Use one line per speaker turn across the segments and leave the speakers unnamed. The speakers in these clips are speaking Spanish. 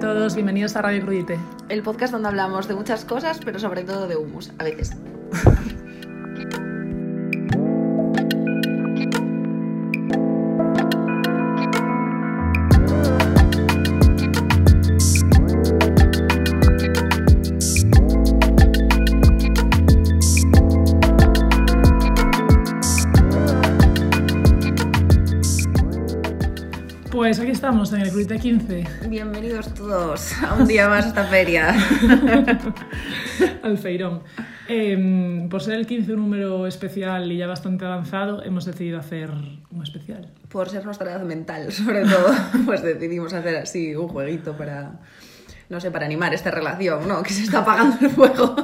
todos, bienvenidos a Radio Crudite.
El podcast donde hablamos de muchas cosas, pero sobre todo de humus, a veces.
Pues aquí estamos en el Crudite 15,
Bienvenidos todos a un día más a esta feria.
al Feirón. Em, por ser el 15 un número especial y ya bastante avanzado, hemos decidido hacer un especial.
Por ser nuestra edad mental, sobre todo, pues decidimos hacer así un jueguito para, no sé, para animar esta relación, ¿no? Que se está apagando el fuego.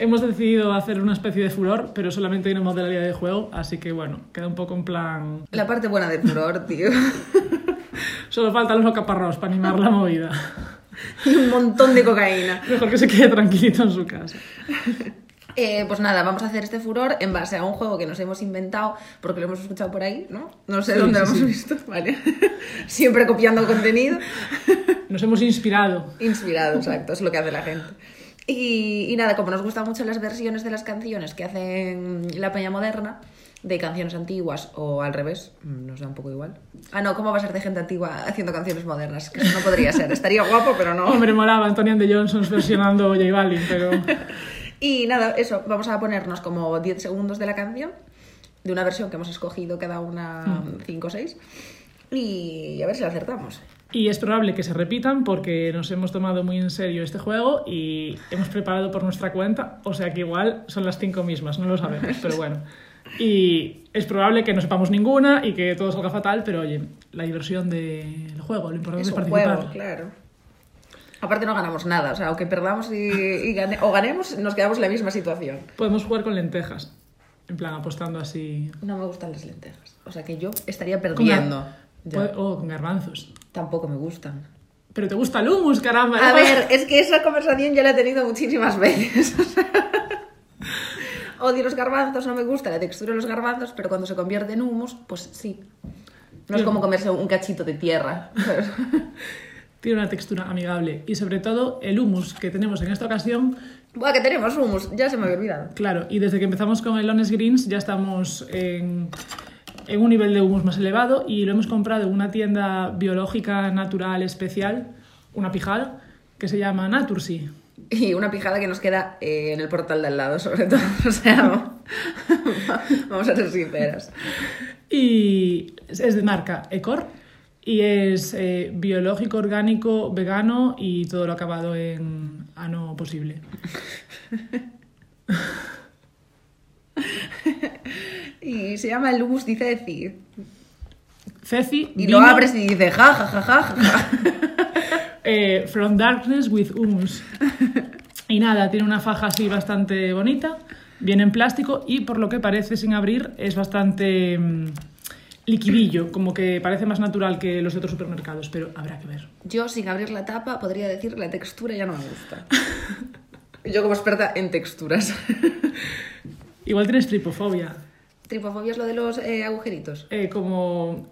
Hemos decidido hacer una especie de furor, pero solamente hay una modalidad de juego, así que bueno, queda un poco en plan...
La parte buena del furor, tío.
Solo faltan los caparros para animar la movida.
Y un montón de cocaína.
Mejor que se quede tranquilito en su casa.
Eh, pues nada, vamos a hacer este furor en base a un juego que nos hemos inventado porque lo hemos escuchado por ahí, ¿no? No sé
Sí,
dónde
sí,
lo hemos
sí.
visto, ¿vale? Siempre copiando contenido.
Nos hemos inspirado.
Inspirado, exacto, es lo que hace la gente. Y, y nada, como nos gustan mucho las versiones de las canciones que hacen la peña moderna, de canciones antiguas o al revés, mm, nos da un poco igual. Ah, no, ¿cómo va a ser de gente antigua haciendo canciones modernas? Que eso no podría ser, estaría guapo, pero no.
Hombre, molaba Antonio de Johnsons versionando J Balvin, pero...
Y nada, eso, vamos a ponernos como 10 segundos de la canción, de una versión que hemos escogido cada una 5 o 6, y a ver si la acertamos.
Y es probable que se repitan porque nos hemos tomado muy en serio este juego y hemos preparado por nuestra cuenta, o sea que igual son las cinco mismas, no lo sabemos, pero bueno. Y es probable que no sepamos ninguna y que todo salga fatal, pero oye, la diversión del juego, lo importante es,
es un
participar.
juego, claro. Aparte no ganamos nada, o sea, aunque perdamos y, y gane- o ganemos, nos quedamos en la misma situación.
Podemos jugar con lentejas, en plan apostando así.
No me gustan las lentejas, o sea que yo estaría
Con gar-
perdiendo. Ya.
Puede- O con garbanzos.
Tampoco me gustan.
Pero te gusta el hummus, caramba. ¿eh?
A
¿no?
ver, es que esa conversación ya la he tenido muchísimas veces. o sea. Odio los garbanzos, no me gusta la textura de los garbanzos, pero cuando se convierte en humus, pues sí. No es
Yo-
como comerse un cachito de tierra. ¿sabes?
Tiene una textura amigable y sobre todo el hummus que tenemos en esta ocasión
Buah, que tenemos humus, ya se me había olvidado.
Claro, y desde que empezamos con el Honest Greens ya estamos en, en un nivel de humus más elevado y lo hemos comprado en una tienda biológica natural especial, una pijada, que se llama Natursi.
Y una pijada que nos queda eh, en el portal de al lado, sobre todo. O sea, vamos a ser sinceras.
Y es- es de marca Ecor y es eh, biológico, orgánico, vegano y todo lo acabado en ano posible.
Y se llama el humus, dice decir.
Ceci,
Y
vino,
lo abres y dice ja, ja, ja, ja, ja.
eh, From Darkness with Humus. Y nada, tiene una faja así bastante bonita, viene en plástico y por lo que parece sin abrir es bastante mm, liquidillo, como que parece más natural que los de otros supermercados, pero habrá que ver.
Yo, sin abrir la tapa, podría decir la textura ya no me gusta. Yo, como experta en texturas.
Igual tienes tripofobia,
Tripofobia es lo de los eh, agujeritos.
eh, como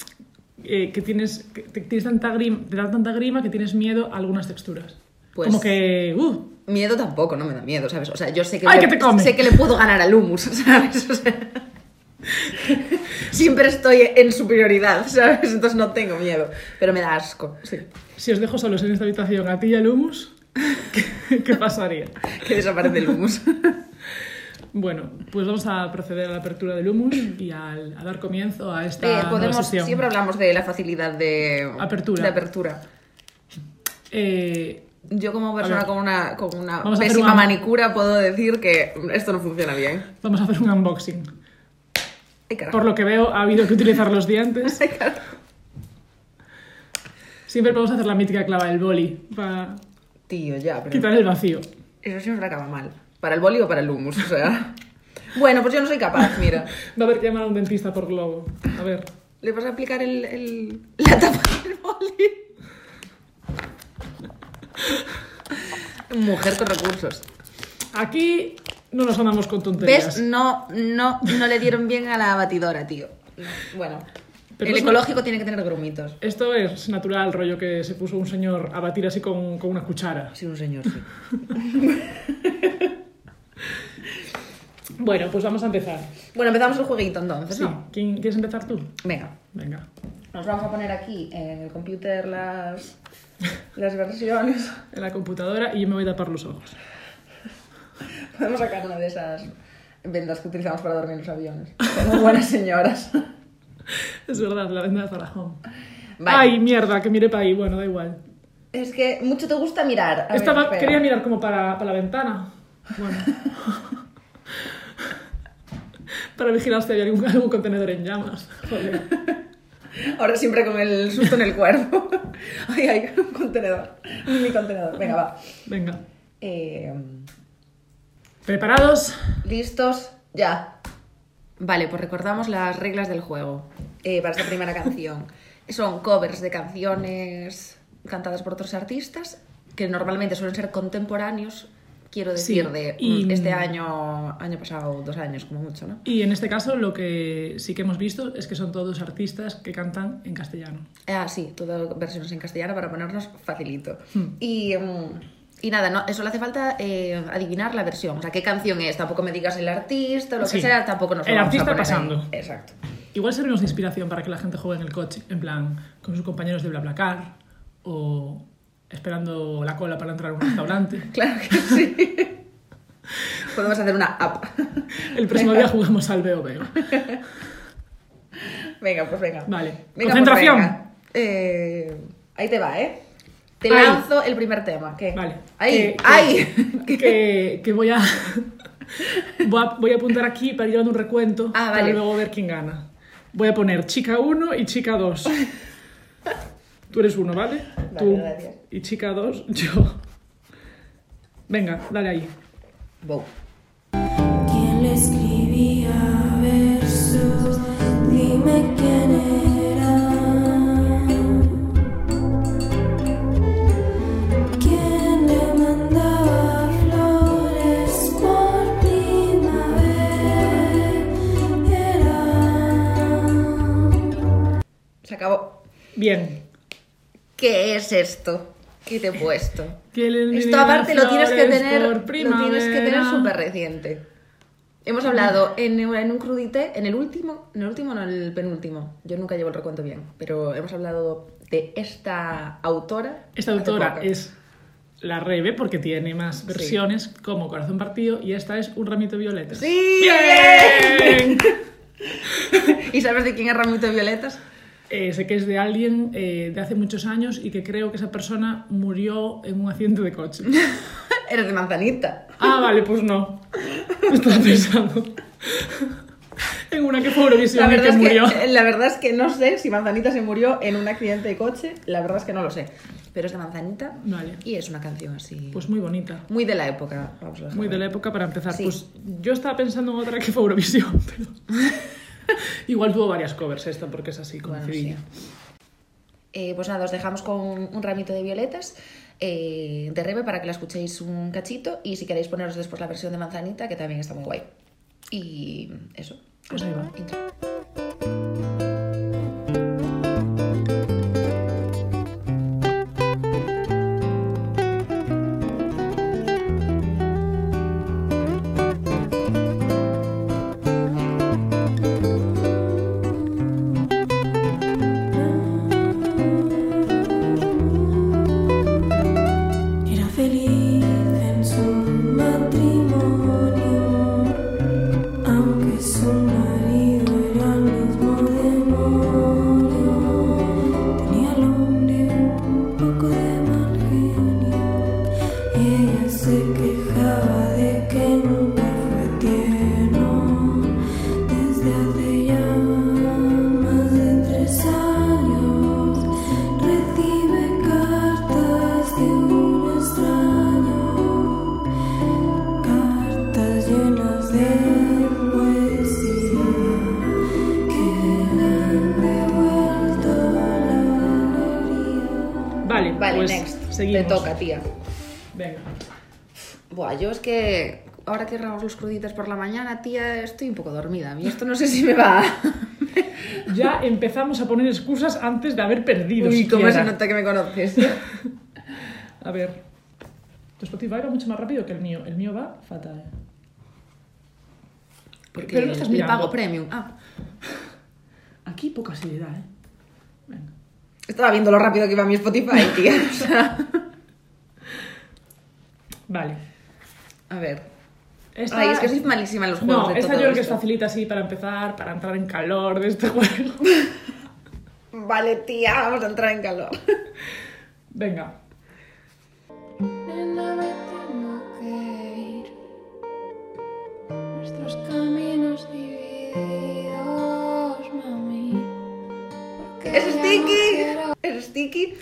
eh, que tienes, que te- tienes tanta grima, te da tanta grima que tienes miedo a algunas texturas.
Pues-
Como que, uh,
Miedo tampoco, no me da miedo, ¿sabes? O sea, yo sé que,
¡Ay,
le,
que te come!
sé que le puedo ganar al humus, ¿sabes? O sea, siempre estoy en superioridad, ¿sabes? Entonces no tengo miedo, pero me da asco, sí.
si os dejo solos en esta habitación a ti y al humus, ¿qué- qué pasaría?
Que desaparece el humus.
Bueno, pues vamos a proceder a la apertura del humus y al- a dar comienzo a esta
Eh,
nueva
podemos,
sesión.
siempre hablamos de la facilidad de
Ah, Apertura.
de apertura.
Eh,
Yo como
A
persona
ver.
con una, con una
Vamos a hacer
pésima
una-
manicura puedo decir que esto no funciona bien.
vamos a hacer un unboxing.
Ay, carajo.
Por lo que veo, ha habido que utilizar los dientes.
Ay, carajo.
Siempre podemos hacer la mítica clava del boli para
Tío, ya, pero...
quitar el vacío.
Eso siempre acaba mal. ¿Para el boli o para el humus? O sea... Bueno, pues yo no soy capaz, mira.
Va a haber que llamar a un dentista por globo. A ver.
Le vas a aplicar el, el- la tapa del boli. Mujer con recursos.
Aquí no nos andamos con
¿Ves?
tonterías.
No, no, no le dieron bien a la batidora, tío. No, Bueno,
Pero
el
eso-
ecológico tiene que tener grumitos.
Esto es natural, rollo que se puso un señor a batir así con, con una cuchara.
Sí, un señor, sí.
Bueno, pues vamos a empezar.
Bueno, empezamos el jueguito entonces,
Sí.
¿no?
¿Quién, ¿Quieres empezar tú?
Venga.
Venga.
Nos vamos a poner aquí en el computer las, las versiones.
En la computadora y yo me voy a tapar los ojos.
Podemos sacar una de esas vendas que utilizamos para dormir en los aviones. Como buenas señoras.
Es verdad, la venda de Farajón.
Vale.
Ay, mierda, que mire para ahí. Bueno, da igual.
Es que mucho te gusta mirar. A ver,
Estaba,
espera.
quería mirar como para, para la ventana. Bueno. para vigilar si había algún, algún contenedor en llamas. Joder.
Ahora siempre con el susto en el cuerpo. ay, ay, un contenedor. Mi contenedor. Venga, va.
Venga.
Eh,
¿Preparados?
Listos, ya. Vale, pues recordamos las reglas del juego eh, para esta primera canción. Son covers de canciones cantadas por otros artistas, que normalmente suelen ser contemporáneos, quiero
Sí,
decir, de
y-
mm, este año, año pasado, dos años, como mucho, ¿no?
Y en este caso lo que sí que hemos visto es que son todos artistas que cantan en castellano.
Ah, sí, todas versiones en castellano para ponernos facilito.
Hmm.
Y, mm, y nada, no, eso le hace falta eh, adivinar la versión. O sea, qué canción es. Tampoco me digas el artista, lo
Sí.
que sea, tampoco nos lo
El
vamos a
artista
poner ahí.
pasando.
Exacto.
Igual servimos de inspiración para que la gente juegue en el coche, en plan con sus compañeros de BlaBlaCar o esperando la cola para entrar a un restaurante.
Claro que sí. Podemos hacer una app.
El próximo día jugamos al veo veo.
Venga, pues venga.
Vale.
Venga,
Concentración.
pues venga. Eh, ahí te va, ¿eh? Te
Ahí.
lanzo el primer tema. ¿Qué?
Vale.
Ahí,
Que-
ahí.
Que, que- que voy a voy a voy a apuntar aquí para ir dando un recuento
Ah,
para
vale.
luego ver quién gana. Voy a poner chica 1 y chica 2. Tú eres uno, ¿vale?
Vale,
Tú
gracias.
y chica 2, yo. Venga, dale ahí.
Wow.
¿Quién le escribía versos? Dime quién era. ¿Quién le mandaba flores por primavera?
Se acabó.
Bien.
¿Qué es esto? ¿Qué te he puesto?
Que le
Esto aparte lo tienes que
flores
tener, lo
por
tienes que tener
primavera.
súper reciente. Hemos hablado en, un- en un crudité, en el último, en el último no, en el penúltimo. Yo nunca llevo el recuento bien, pero hemos hablado de esta autora.
Esta
hace
autora
poco.
es la Rebe porque tiene más versiones como Corazón Partido y esta es Un Ramito Violeta.
¡Sí!
¡Bien!
¿Y sabes de quién es Ramito de Violetas?
Eh, sé que es de alguien eh, de hace muchos años y que creo que esa persona murió en un accidente de coche.
Eres de Manzanita.
Ah, vale, pues no. Estaba pensando en una que fue Eurovisión y que
es
murió.
que, la verdad es que no sé si Manzanita se murió en un accidente de coche. La verdad es que no lo sé. Pero es de Manzanita
Vale,
y es una canción así.
pues muy bonita.
muy de la época. Vamos a dejarlo
Muy de
ahí.
la época para empezar.
Sí.
Pues yo estaba pensando en otra que fue Eurovisión, pero... Igual tuvo varias covers esta porque es así,
Bueno,
conocidilla.
Eh, pues nada, os dejamos con un ramito de violetas eh, de Rebe para que la escuchéis un cachito y si queréis poneros después la versión de manzanita, que también está muy guay. Y eso.
Pues ahí va.
Intro.
Era feliz en su matrimonio, aunque su marido era el mismo demonio. Tenía al hombre un poco de mal genio, y ella se quejaba de que nunca fue tierno. Desde hace ya más de tres años recibe cartas de un extraño, cartas llenas de poesía que han devuelto la alegría.
Vale,
Vale,
pues
next.
seguimos.
Te toca, tía.
Venga.
Buah, yo es que ahora que grabamos los cruditos por la mañana, tía, estoy un poco dormida. A mí esto no sé si me va.
Ya empezamos a poner excusas antes de haber perdido.
Uy, cómo se
siquiera.
nota que me conoces.
A ver. Tu Spotify va mucho más rápido que el mío. El mío va fatal.
Porque
Pero no estás
mi
mirando.
pago premium. Ah,
Aquí poca seriedad, ¿eh? Venga.
estaba viendo lo rápido que iba mi Spotify, tía. O sea,
Vale.
a ver.
Esta-
Ay, es que soy malísima en los juegos
No,
de
esta
todo
yo creo que es
esto.
facilita así para empezar, para entrar en calor de este juego.
Vale, tía, vamos a entrar en calor.
Venga.
Nena, me tengo que ir. Nuestros caminos divididos, mami. Porque
Es
ya no
sticky. Es sticky.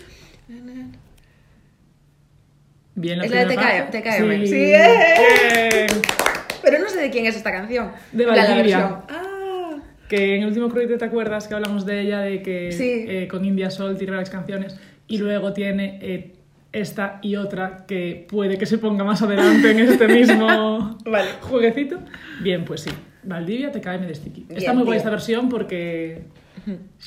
Bien, la
Es la de
primera
TKM,
parte.
TKM.
Sí. eh.
Sí.
Bien.
Pero no sé de quién es esta canción.
De
En plan, la
Valdivia.
versión. Ah.
Que en el último crédito te acuerdas que hablamos de ella, de que
Sí.
eh, con India Sol tiene varias canciones y luego tiene eh, esta y otra que puede que se ponga más adelante en este mismo
Vale.
jueguecito. Bien, pues sí. Valdivia te cae de Sticky. Está
Bien,
muy buena
tía.
esta versión porque.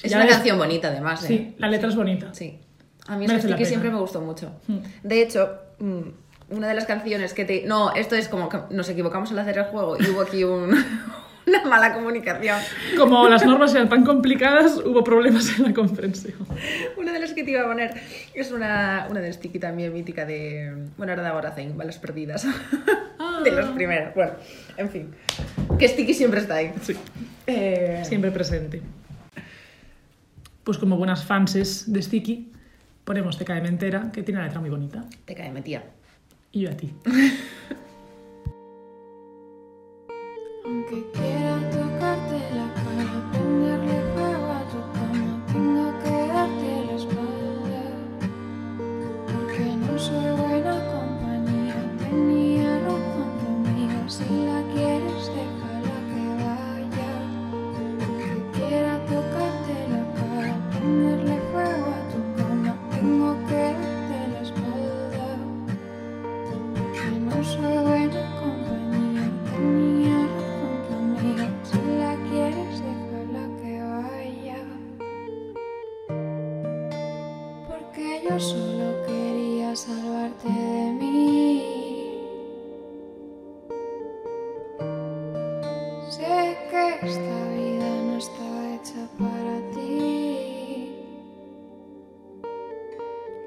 Es
Ya
una
ves-
canción bonita, además. ¿eh?
Sí, la letra es bonita.
Sí. A mí
Merece
este
la
sticky
pena.
siempre me gustó mucho.
Hmm.
De hecho, mm, una de las canciones que te... No, esto es como que nos equivocamos al hacer el juego y hubo aquí un- una mala comunicación.
Como las normas eran tan complicadas, hubo problemas en la comprensión.
Una de las que te iba a poner es una, una de Sticky también mítica de... Bueno, ahora de ahora Zane, balas perdidas. De
Ah.
los primeros. Bueno, en fin. Que Sticky siempre está ahí.
Sí.
Eh,
Siempre presente. Pues como buenas fanses de Sticky, ponemos TKM entera, que tiene una letra muy bonita.
Te cae, metía.
Y yo a ti.
Aunque quiera tocarte la cara, prenderle fuego a tu cama, tengo que darte la espalda. Porque no soy buena compañía, tenía razón tu amiga, si la quieres déjala que vaya. Aunque quiera tocarte la cara, prenderle fuego a tu cama, tengo que darte la espalda. Que no soy buena compañía, tenía razón tu amiga. Si la quieres, déjala que vaya. Porque yo solo quería salvarte de mí. Sé que esta vida no estaba hecha para ti.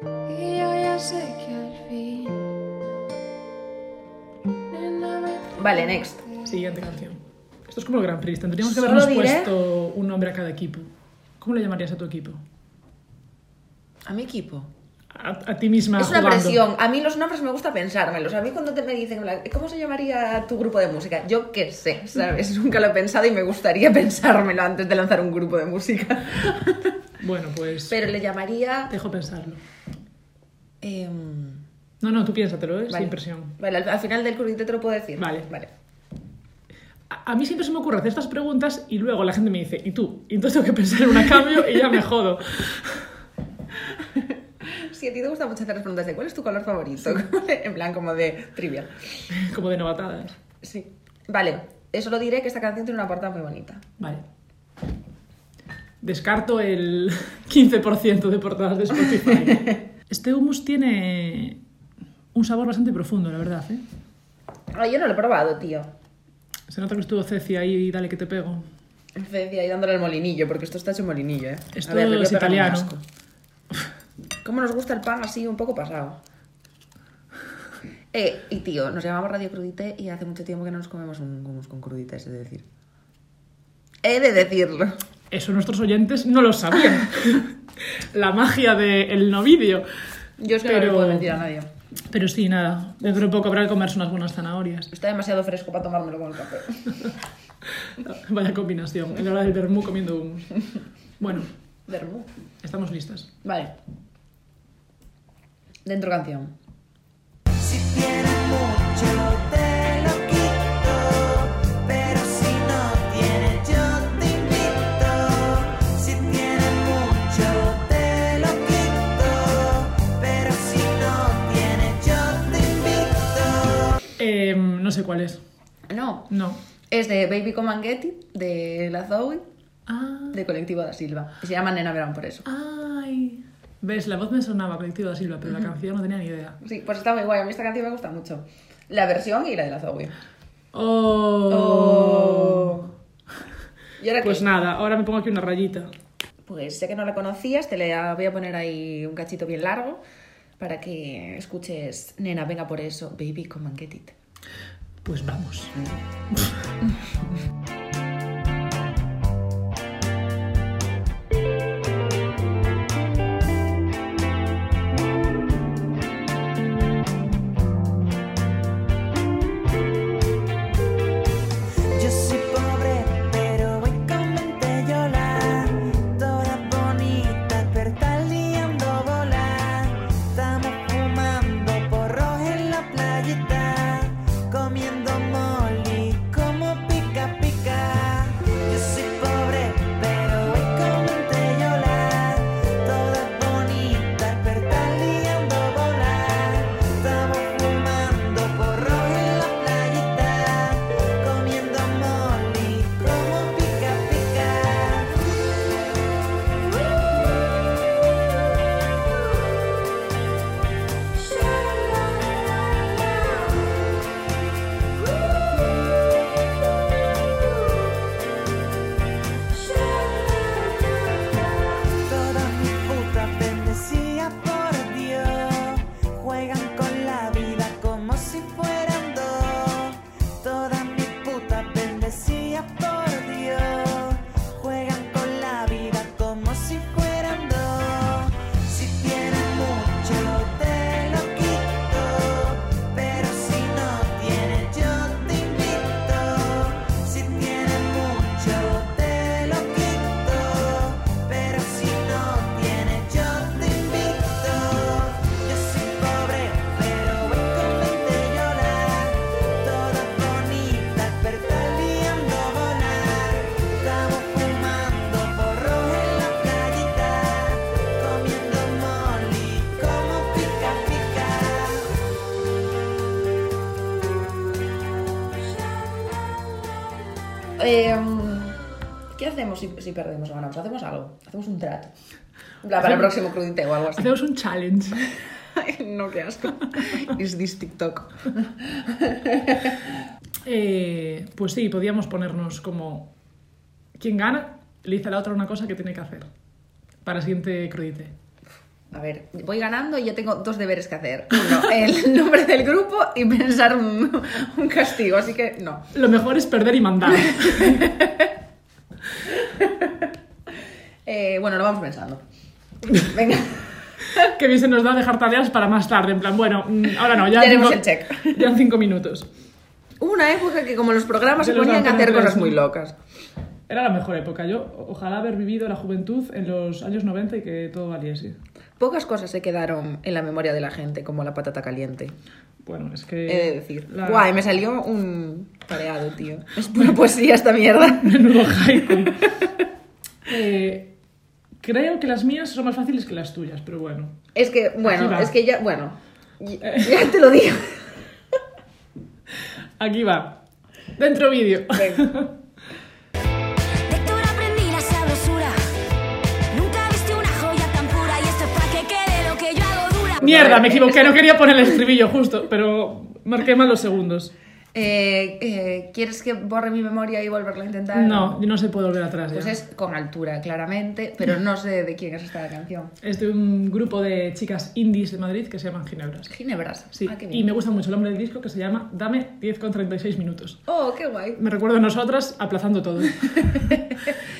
Y yo ya sé que al fin.
Vale, next.
Siguiente canción. Esto es como el Gran Prix. Tendríamos que
Solo
habernos
diré-
puesto un nombre a cada equipo. ¿Cómo le llamarías a tu equipo?
A mi equipo.
A, a ti misma
Es una
jugando.
presión. A mí los nombres me gusta pensármelos. A mí cuando te me dicen, en plan, ¿cómo se llamaría tu grupo de música? Yo qué sé, ¿sabes? Nunca lo he pensado y me gustaría pensármelo antes de lanzar un grupo de música.
Bueno, pues
Pero le llamaría...
dejo pensarlo.
em,
No, no, tú piénsatelo, ¿eh?
vale.
Sin presión.
Vale, al, al final del currito te lo puedo decir.
Vale.
Vale.
A, a mí siempre se me ocurre hacer estas preguntas y luego la gente me dice, ¿y tú? Y entonces tengo que pensar en un cambio y ya me jodo.
Si a ti te gusta mucho hacer las preguntas de cuál es tu color favorito, como de- en plan como de trivial.
Como de novatadas.
Sí. Vale, eso lo diré que esta canción tiene una portada muy bonita.
Vale. Descarto el 15% de portadas de Spotify. Este hummus tiene un sabor bastante profundo, la verdad, ¿eh?
Ay, yo no lo he probado, tío.
Se nota que estuvo Ceci ahí y dale que te pego.
Decía ahí dándole al molinillo, porque esto está hecho molinillo, ¿eh? A
Esto
ver, le voy a
es
pegar un
italiano.
asco. ¿Cómo nos gusta el pan así, un poco pasado? Eh, y tío, nos llamamos Radio Crudite y hace mucho tiempo que no nos comemos un hummus con cruditas, es decir. He de decirlo.
Eso nuestros oyentes no lo sabían. la magia del no vídeo.
Yo es que no
Pero-
le puedo mentir a nadie.
Pero sí, nada. Dentro de poco habrá que comerse unas buenas zanahorias.
Está demasiado fresco para tomármelo con el café.
Vaya combinación. En la hora del vermú comiendo hummus. Bueno,
Vermú.
estamos listas.
Vale. Dentro canción.
Si tienes mucho te lo quito, pero si no tienes yo te invito. Si tienes mucho te lo quito, pero si no tienes yo te invito.
Eh, no sé, sé cuál es.
No,
No.
es de Baby Comanguetti, de la Zoe,
Ah,
de Colectivo da Silva. Y se llama Nena Verán por eso.
ay. ¿Ves? La voz me sonaba colectivo da Silva, pero la canción no tenía ni idea.
Sí, pues está muy guay. A mí esta canción me gusta mucho. La versión y la de la Zoe.
Oh.
¿Y ahora
Pues
qué?
nada, ahora me pongo aquí una rayita.
Pues sé que no la conocías, te la voy a poner ahí un cachito bien largo para que escuches Nena, venga por eso, Baby Comanguetti.
Pues vamos.
Yo soy pobre, pero voy con mente yola. Toda bonita, pertaliando volar. Estamos fumando porros en la playita. Comiendo molly como pica pica. Yo soy pobre, pero voy con mente yola. Toda bonita, pertaliando volar. Estamos fumando porros en la playita. Comiendo molly como pica pica. Toda mi puta bendecía por Dios. Juegan con la vida como si fueran dos. Toda mi puta bendecía por Dios. Juegan con la vida como si fueran dos. Si tienes mucho te lo quito. Pero si no tienes, yo te invito. Si tienes mucho te lo quito. Pero si no tienes, yo te invito. Yo soy pobre, pero voy con mente llorar. Todas bonitas, pertaliando volar. Estamos fumando porros en la playita. Comiendo molly como pica pica.
Em, ¿Qué hacemos si, si perdemos o ganamos? Hacemos algo, hacemos un trato. En plan, Para el próximo crudite o algo así.
Hacemos un challenge.
Ay, no, qué asco. Es this TikTok.
Eh, pues sí, podíamos ponernos como quien gana le dice a la otra una cosa que tiene que hacer para el siguiente crudite.
A ver, voy ganando y yo tengo dos deberes que hacer. Uno, el nombre del grupo y pensar un, un castigo, así que no.
Lo mejor es perder y mandar.
Eh, bueno, lo vamos pensando. Venga,
que bien se nos da dejar tareas para más tarde. En plan, bueno, mm, ahora no, ya,
Ya haremos
cinco-
el check.
Ya en cinco minutos.
hubo una época que como los programas
De
se
los
ponían a
Antena
hacer
tres.
cosas muy locas.
Era la mejor época. Yo o- ojalá haber vivido la juventud en los años 90 y que todo valiese.
Pocas cosas se quedaron en la memoria de la gente, como la patata caliente.
Bueno, es que...
He de decir.
la-
Guay, me salió un pareado, tío. Es pura poesía esta mierda.
Menudo haiku. Eh, creo que las mías son más fáciles que las tuyas, pero bueno.
Es que,
Aquí
bueno,
va.
es que ya, bueno. Ya, ya te lo digo.
Aquí va. Dentro vídeo.
Venga.
Lectora aprendí la sabrosura. Nunca viste una joya tan pura. Y esto es para que quede lo que yo hago dura.
Mierda, me equivoqué. No quería poner el estribillo justo, pero marqué mal los segundos.
Eh, eh, ¿Quieres que borre mi memoria y volverla a intentar?
No, yo no se puede volver atrás.
Pues
ya.
es con altura, claramente, pero no sé de quién es esta canción.
Es de un grupo de chicas indies de Madrid que se llaman Ginebras.
Ginebras.
Sí,
Ah, qué bien.
y me gusta mucho el nombre del disco que se llama Dame 10 con 36 minutos.
Oh, qué guay.
Me recuerdo a nosotras aplazando todo.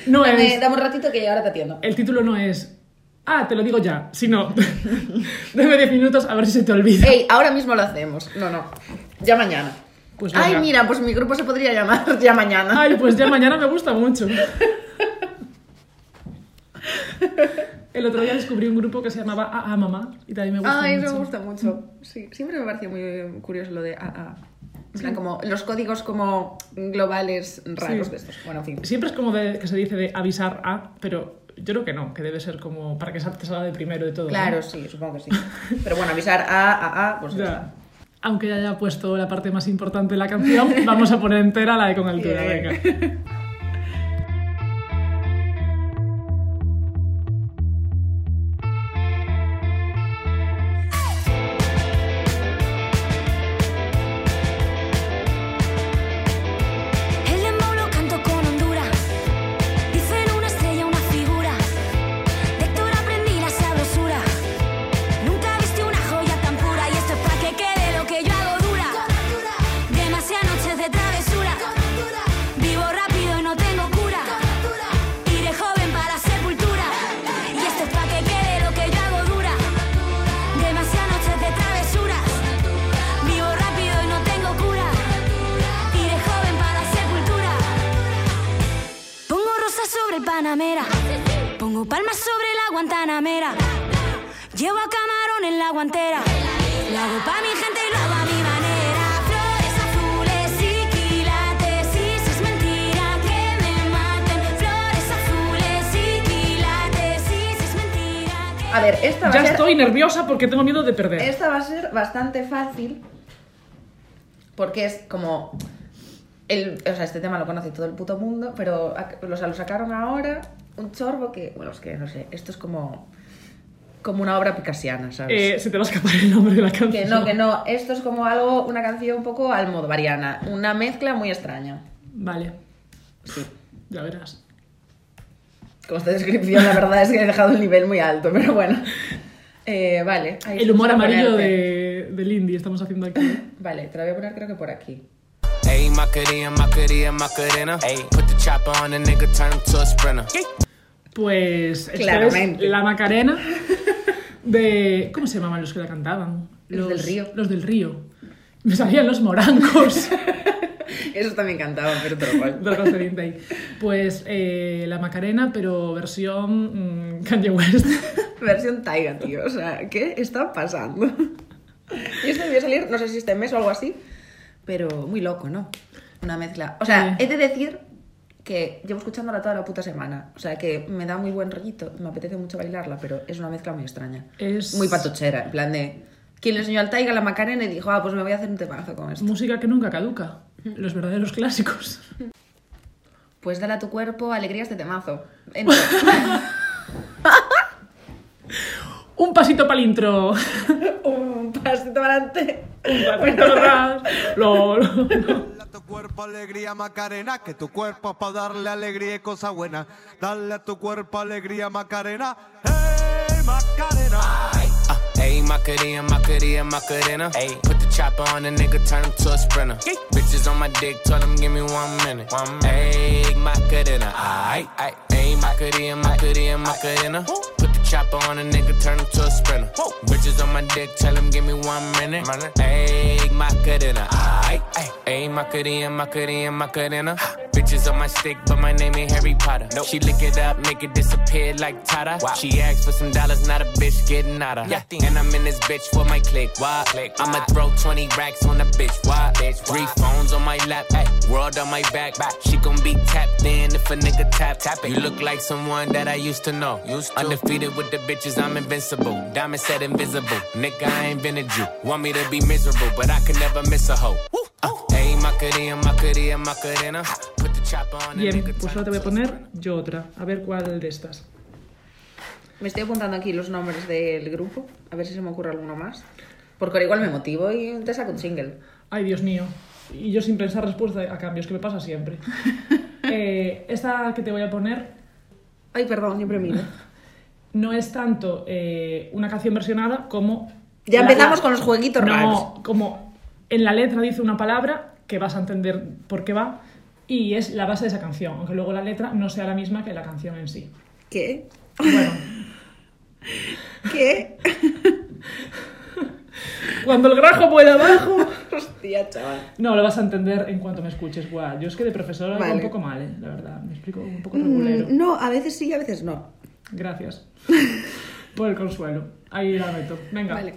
No
Dame,
es.
dame un ratito que ahora te atiendo.
El título no es. Ah, te lo digo ya, sino. Dame 10 minutos a ver si se te olvida.
Ey, ahora mismo lo hacemos. No, no. Ya mañana.
Pues
Ay,
venga.
mira, pues mi grupo se podría llamar Ya mañana.
Ay, pues ya mañana me gusta mucho. El otro día descubrí un grupo que se llamaba AA Mamá y también me gusta
Ay,
mucho.
me gusta mucho. Sí, siempre me pareció muy curioso lo de AA. En plan, como los códigos como globales raros
Sí.
de estos. Bueno, en fin.
Siempre es como de- que se dice de avisar a, pero yo creo que no, que debe ser como para que sal- te salga de primero de todo. ¿no?
Claro, sí, supongo que sí. Pero bueno, avisar a, a, a, pues ya
Ya.
está.
aunque ya haya puesto la parte más importante de la canción, vamos a poner entera la de con altura,
Bien.
venga.
El dembow lo canto con Honduras. Dicen una estrella, una figura. De Héctor aprendí la sabrosura. Nunca viste una joya tan pura. Y esto es para que quede lo que yo hago dura. Demasiadas noches de travesura. Vivo rápido y no tengo cura. Iré joven para la sepultura. Y esto es para que quede lo que yo hago dura. Demasiadas noches de travesuras. Vivo rápido y no tengo cura. Iré joven para la sepultura. Pongo rosas sobre el Panamera. Pongo palmas sobre la Guantanamera. Llevo a camarón en la guantera. Lo hago pa' mi gente y lo hago a mi manera. Flores azules y quilates. Y si es mentira que me maten. Flores azules y quilates. Y si es mentira que
A ver, esta va
Ya
a ser...
estoy nerviosa porque tengo miedo de perder.
Esta va a ser bastante fácil porque es como... El, o sea, este tema lo conoce todo el puto mundo, pero ac- o sea, lo sacaron ahora un chorbo que... Bueno, es que no sé, esto es como... Como una obra picasiana, ¿sabes?
Eh, se te va a escapar el nombre de la canción.
que no, que no. Esto es como algo, una canción un poco almodovariana. Una mezcla muy extraña.
Vale,
Sí.
ya verás.
Con esta descripción, la verdad es que he dejado el nivel muy alto, pero bueno. Eh, vale. Ahí
El humor
te voy a
amarillo
ponerte.
de, del indie estamos haciendo aquí.
Vale, te lo voy a poner creo que por aquí.
Ayy, Macarena, Macarena, Macarena. Ayy, put the chopper on a nigga, turn him to a sprinter.
Pues esta
Claramente.
es la Macarena de... ¿Cómo se llamaban los que la cantaban?
Los del Río.
Los del río. Me salían los morancos.
Eso también cantaba, pero te lo cual.
Dragon Sedin Day. Pues eh, la Macarena, pero versión mm, Kanye West.
Versión Taiga, tío. O sea, ¿qué está pasando? Y esto debió salir, no sé si este mes o algo así, pero muy loco, ¿no? Una mezcla. O sea,
Sí.
he de decir que llevo escuchándola toda la puta semana. O sea, que me da muy buen rollito, me apetece mucho bailarla, pero es una mezcla muy extraña.
Es-
Muy patochera, en plan de... Quien le enseñó al Taiga la Macarena y dijo, ah, pues me voy a hacer un temazo con esto.
Música que nunca caduca. Los verdaderos clásicos.
Pues dale a tu cuerpo alegrías de temazo. Entonces,
Un pasito para el intro. Un
un pasito para adelante.
pasito para atrás. Lo- lo- lo.
Dale a tu cuerpo alegría, Macarena, que tu cuerpo es para darle alegría y cosa buena. Dale a tu cuerpo alegría, Macarena. ¡Hey, Macarena!
Uh, ayy, Macarena, Macarena, Macarena. Ayy, put the chopper on a nigga, turn him to a sprinter. Bitches on my dick, tell them give me one minute. One Ayy, Macarena. Aight, aight. Ayy, Macarena, Macarena, Macarena. Put the chopper on a nigga, turn him to a sprinter. Bitches on my dick, tell them give me one minute. Ayy, Macarena. Aight, aight. Ayy, Macarena, Macarena, Macarena. Bitches on my stick, but my name ain't Harry Potter. She lick it up, make it disappear like Tata. She asked for some dollars, not a bitch getting out of. And I'm in this bitch for my click. Why? I'ma throw 20 racks on a bitch. Why? Three phones on my lap, ay, world on my back. She gon' be tapped in if a nigga tap. tap it. You look like someone that I used to know. Undefeated with the bitches, I'm invincible. Diamond said invisible. Nigga, I invented you. Want me to be miserable, but I can never miss a hoe. Uh, ayy, Macarena, Macarena, Macarena. Put the chopper on a
Bien,
nigga,
pues
turn
ahora te
him
voy a
to a
poner yo otra. A ver cuál de estas.
Me estoy apuntando aquí los nombres del grupo, a ver si se me ocurre alguno más. Porque ahora igual me motivo y te saco un single.
Ay, Dios mío. Y yo sin pensar respuesta a cambios, que me pasa siempre. Eh, esta que te voy a poner
Ay, perdón, siempre miro.
no es tanto eh, una canción versionada como...
Ya
la-
empezamos
la-
con los jueguitos raros.
No, como en la letra dice una palabra que vas a entender por qué va y es la base de esa canción, aunque luego la letra no sea la misma que la canción en sí.
¿Qué?
Bueno,
¿Qué?
cuando el grajo vuela abajo...
Hostia, chaval.
No, lo vas a entender en cuanto me escuches. Guau, yo es que de profesora iba un
Vale.
poco mal, eh, la verdad. Me explico un poco regulero.
Mm, No, a veces sí, a veces no.
Gracias por el consuelo. Ahí la meto. Venga.
Vale.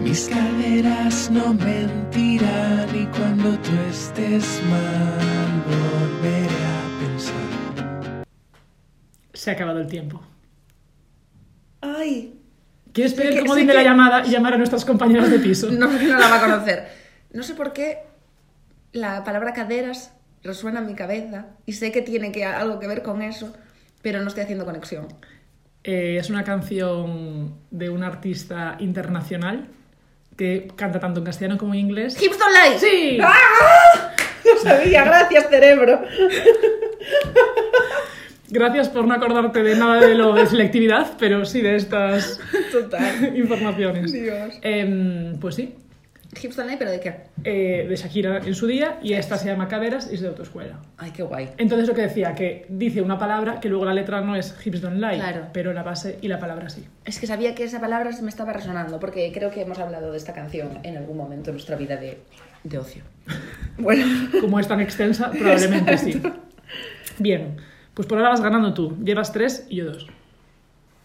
Mis caderas no mentirán y cuando tú estés mal volveré a pensar.
Se ha acabado el tiempo.
Ay,
¿Quieres pedir
que-
el comodín
sé
de la
que-
llamada y llamar a nuestras compañeras de piso?
No, porque no la va a conocer. No sé por qué la palabra caderas resuena en mi cabeza y sé que tiene que, algo que ver con eso, pero no estoy haciendo conexión.
Eh, es una canción de un artista internacional que canta tanto en castellano como en inglés.
¡Hipston Light!
¡Sí!
Lo sabía, gracias cerebro.
Gracias por no acordarte de nada de lo de selectividad, pero sí de estas
Total.
informaciones.
Dios.
Em, pues sí,
Hipston Light, pero de qué?
eh, de Shakira en su día y esta se llama Caderas y es de autoescuela.
Ay, qué guay.
Entonces lo que decía, que dice una palabra que luego la letra no es hips don't lie,
Claro.
pero la base y la palabra sí.
Es que sabía que esa palabra me estaba resonando, porque creo que hemos hablado de esta canción en algún momento en nuestra vida de, de ocio. Bueno,
Como es tan extensa, probablemente sí. Bien, pues por ahora vas ganando tú. Llevas tres y yo dos.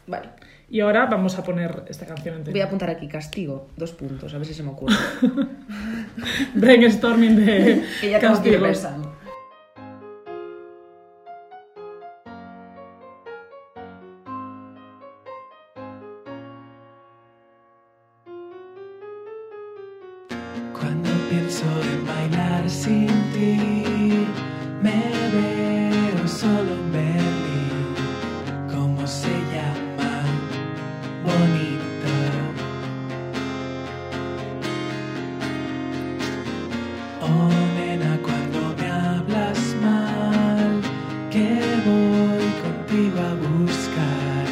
vale.
Y ahora vamos a poner esta canción
Voy a
entera.
apuntar aquí castigo, dos puntos, a ver si se me ocurre.
Brainstorming de
que ya tengo que ir
castigos.
pensando.
Cuando pienso en bailar sin ti, me veo solo en Berlín. ¿Cómo se llama? Bonito. Oh, nena, cuando me hablas mal, que voy contigo a buscar.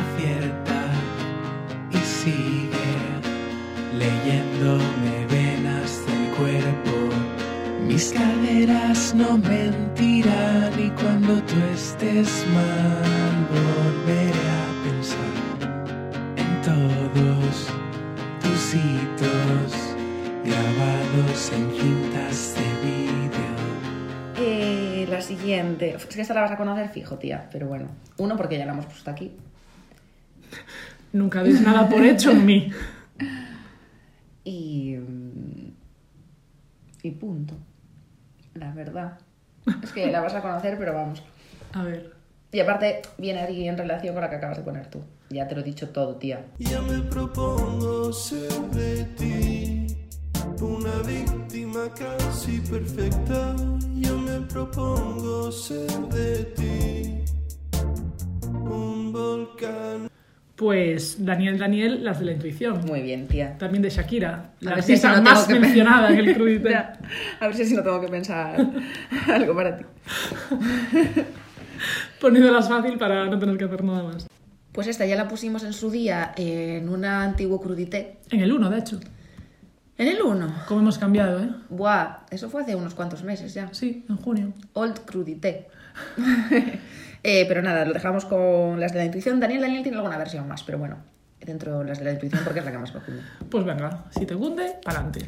Acierta y sigue leyéndome venas del cuerpo. Mis caderas no mentirán y cuando tú estés mal volveré a pensar en todos tus hitos grabados en cintas de vídeo.
Eh, la siguiente. Es que esta la vas a conocer fijo, tía, pero bueno. Uno, porque ya la hemos puesto aquí.
Nunca deis nada por hecho en mí.
Y. mm, Y punto. La verdad. Es que la vas a conocer, pero vamos.
A ver.
Y aparte, viene aquí en relación con la que acabas de poner tú. Ya te lo he dicho todo, tía.
Ya me propongo ser de ti una víctima casi perfecta. Yo me propongo ser de ti un volcán.
Pues Daniel Daniel, las de la intuición.
Muy bien, tía.
También de Shakira, la
ver si así
artista
no tengo
más
que-
mencionada en el crudite.
Ya. A ver si así no tengo que pensar algo para ti.
Poniéndolas fácil para no tener que hacer nada más.
Pues esta ya la pusimos en su día en una antiguo crudité.
En el 1, de hecho.
En el 1.
¿Cómo hemos cambiado, eh?
Buah, eso fue hace unos cuantos meses ya.
Sí, en junio.
Old crudité. Eh, pero nada, lo dejamos con las de la intuición. Daniel Daniel tiene alguna versión más, pero bueno, dentro de las de la intuición porque es la que más me cunde.
Pues venga, si te hunde, pa'lante.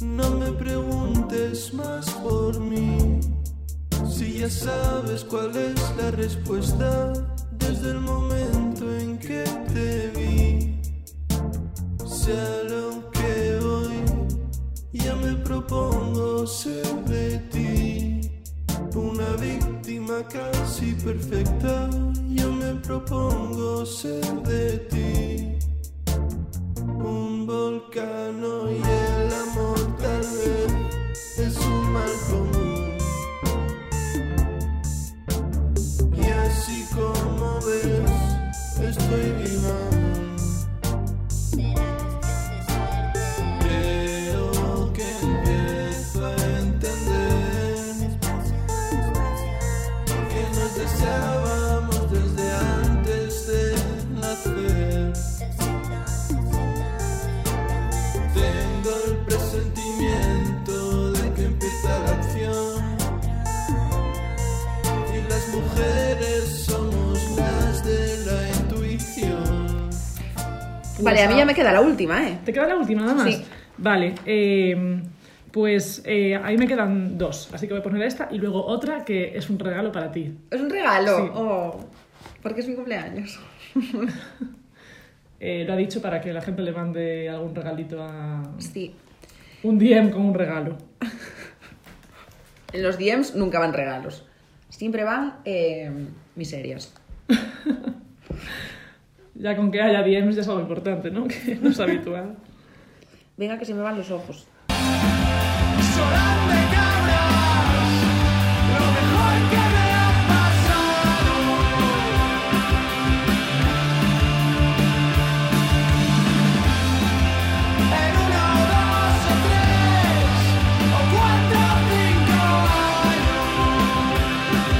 No me preguntes más por mí. Si ya sabes cuál es la respuesta desde el momento en que te vi. Sea lo que hoy ya me propongo ser de ti. Una víctima casi perfecta. Yo me propongo ser de ti. Un volcano y el amor tal vez es un mal común. Y así como ves, estoy viva. aún. Creo que empiezo a entender que nos deseábamos desde antes de nacer. Tengo el presentimiento de que empieza la acción y las mujeres somos las de la intuición.
Vale, a mí ya me queda la última, ¿eh?
¿Te queda la última nada más?
Sí.
Vale, eh, pues eh, ahí me quedan dos, así que voy a poner esta y luego otra que es un regalo para ti.
Es un regalo.
Sí.
Oh, porque es mi cumpleaños.
Eh, lo ha dicho para que la gente le mande algún regalito a...
Sí.
Un DM con un regalo.
En los DMs nunca van regalos. Siempre van eh, miserias.
Ya con que haya DMs ya es algo importante, ¿no? Que no es habitual.
Venga, que se me van los ojos.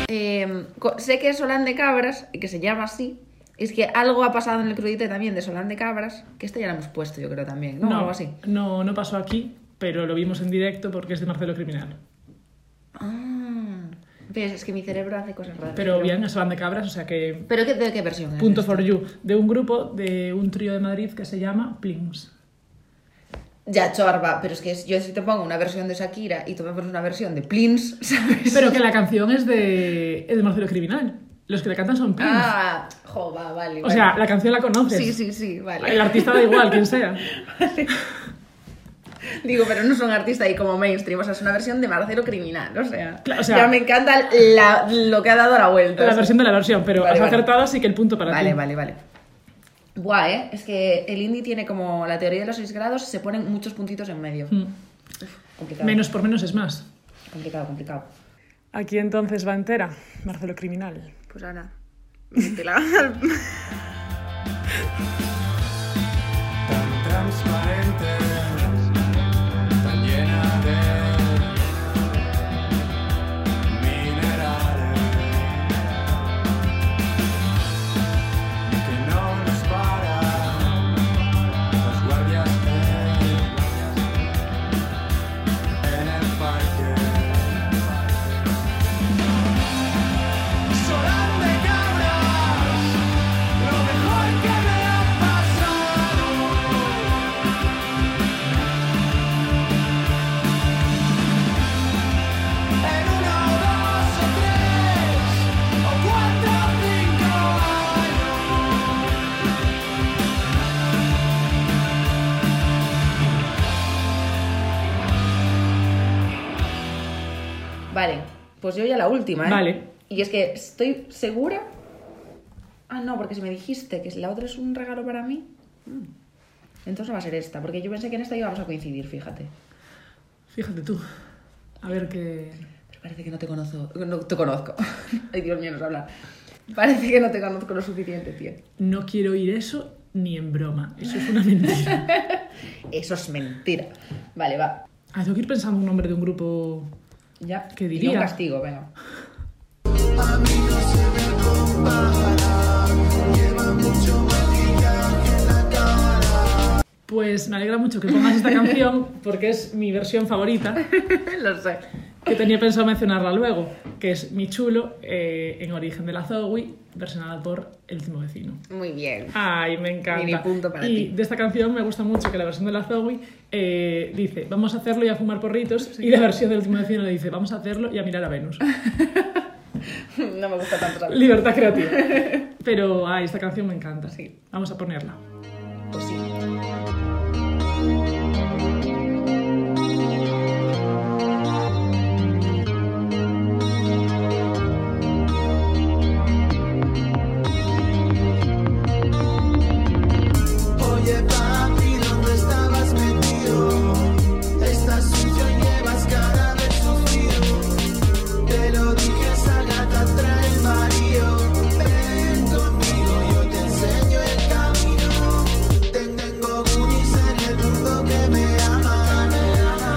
Eh, co- sé que es Solán de Cabras, y que se llama así. Es que algo ha pasado en el crudite también de Solán de Cabras, que este ya lo hemos puesto, yo creo también, ¿no? Algo así.
No, no pasó aquí, pero lo vimos en directo porque es de Marcelo Criminal.
Ah, ves, es que mi cerebro hace cosas raras.
Pero bien, es van de cabras, o sea que...
¿Pero qué, de qué versión? es
Punto
esta?
for you. De un grupo, de un trío de Madrid que se llama Plings.
Ya, chorba, pero es que es- yo si te pongo una versión de Shakira y tú me pones una versión de Plins, ¿sabes?
Pero que la canción es de, es de Marcelo Criminal. Los que la cantan son Plings.
Ah, joba, vale.
o
vale.
sea, la canción la conoces.
Sí, sí, sí, vale.
El artista da igual, quien sea.
Digo, pero no son artistas ahí como mainstream, o sea, es una versión de Marcelo Criminal, o sea.
Claro, o sea-
ya me encanta la- lo que ha dado la vuelta.
La versión de la versión, pero
Vale,
has
vale.
acertado, así que el punto para
Vale,
ti.
vale, vale. Buah, ¿eh? Es que el indie tiene como la teoría de los 6 grados, se ponen muchos puntitos en medio.
Mm.
Complicado.
Menos por menos es más.
Complicado, complicado.
Aquí entonces va entera, Marcelo Criminal.
Pues ahora, métela al-
tan transparente, tan llena de minerales que no nos paran los guardias de- en el parque. Solar de cabras, lo mejor que me ha pasado. En uno, dos o tres, o cuatro o cinco
Vale, pues yo ya la última, ¿eh?
Vale.
Y es que estoy segura. Ah, no, porque si me dijiste que la otra es un regalo para mí. mm, Entonces no va a ser esta, porque yo pensé que en esta íbamos a coincidir, fíjate.
Fíjate tú. A ver qué.
Pero parece que no te conozco. No te conozco. Ay, Dios mío, nos habla. Parece que no te conozco lo suficiente, tío.
No quiero oír eso ni en broma. Eso es una mentira.
Eso es mentira. Vale, va.
Ah, tengo que ir pensando un nombre de un grupo.
Ya.
¿Qué
Y
diría?
un castigo, venga.
Pues me alegra mucho que pongas esta canción porque es mi versión favorita
lo sé.
que tenía pensado mencionarla luego, que es Mi Chulo eh, en origen de la Zoe, versionada por El Último Vecino.
Muy bien.
Ay, me encanta.
Mini punto para
y
ti.
de esta canción me gusta mucho que la versión de la Zoe eh, dice, vamos a hacerlo y a fumar porritos. Y la versión del último vecino le dice, vamos a hacerlo y a mirar a Venus.
No me gusta tanto esa-
Libertad creativa. Pero, ay, esta canción me encanta.
Sí.
Vamos a ponerla.
Pues sí.
Oye papi, ¿dónde estabas metido? Estás sucio y llevas cara de sufrido Te lo dije, esa gata trae el marido Ven conmigo, yo te enseño el camino Ten- Tengo goonies en el mundo que me aman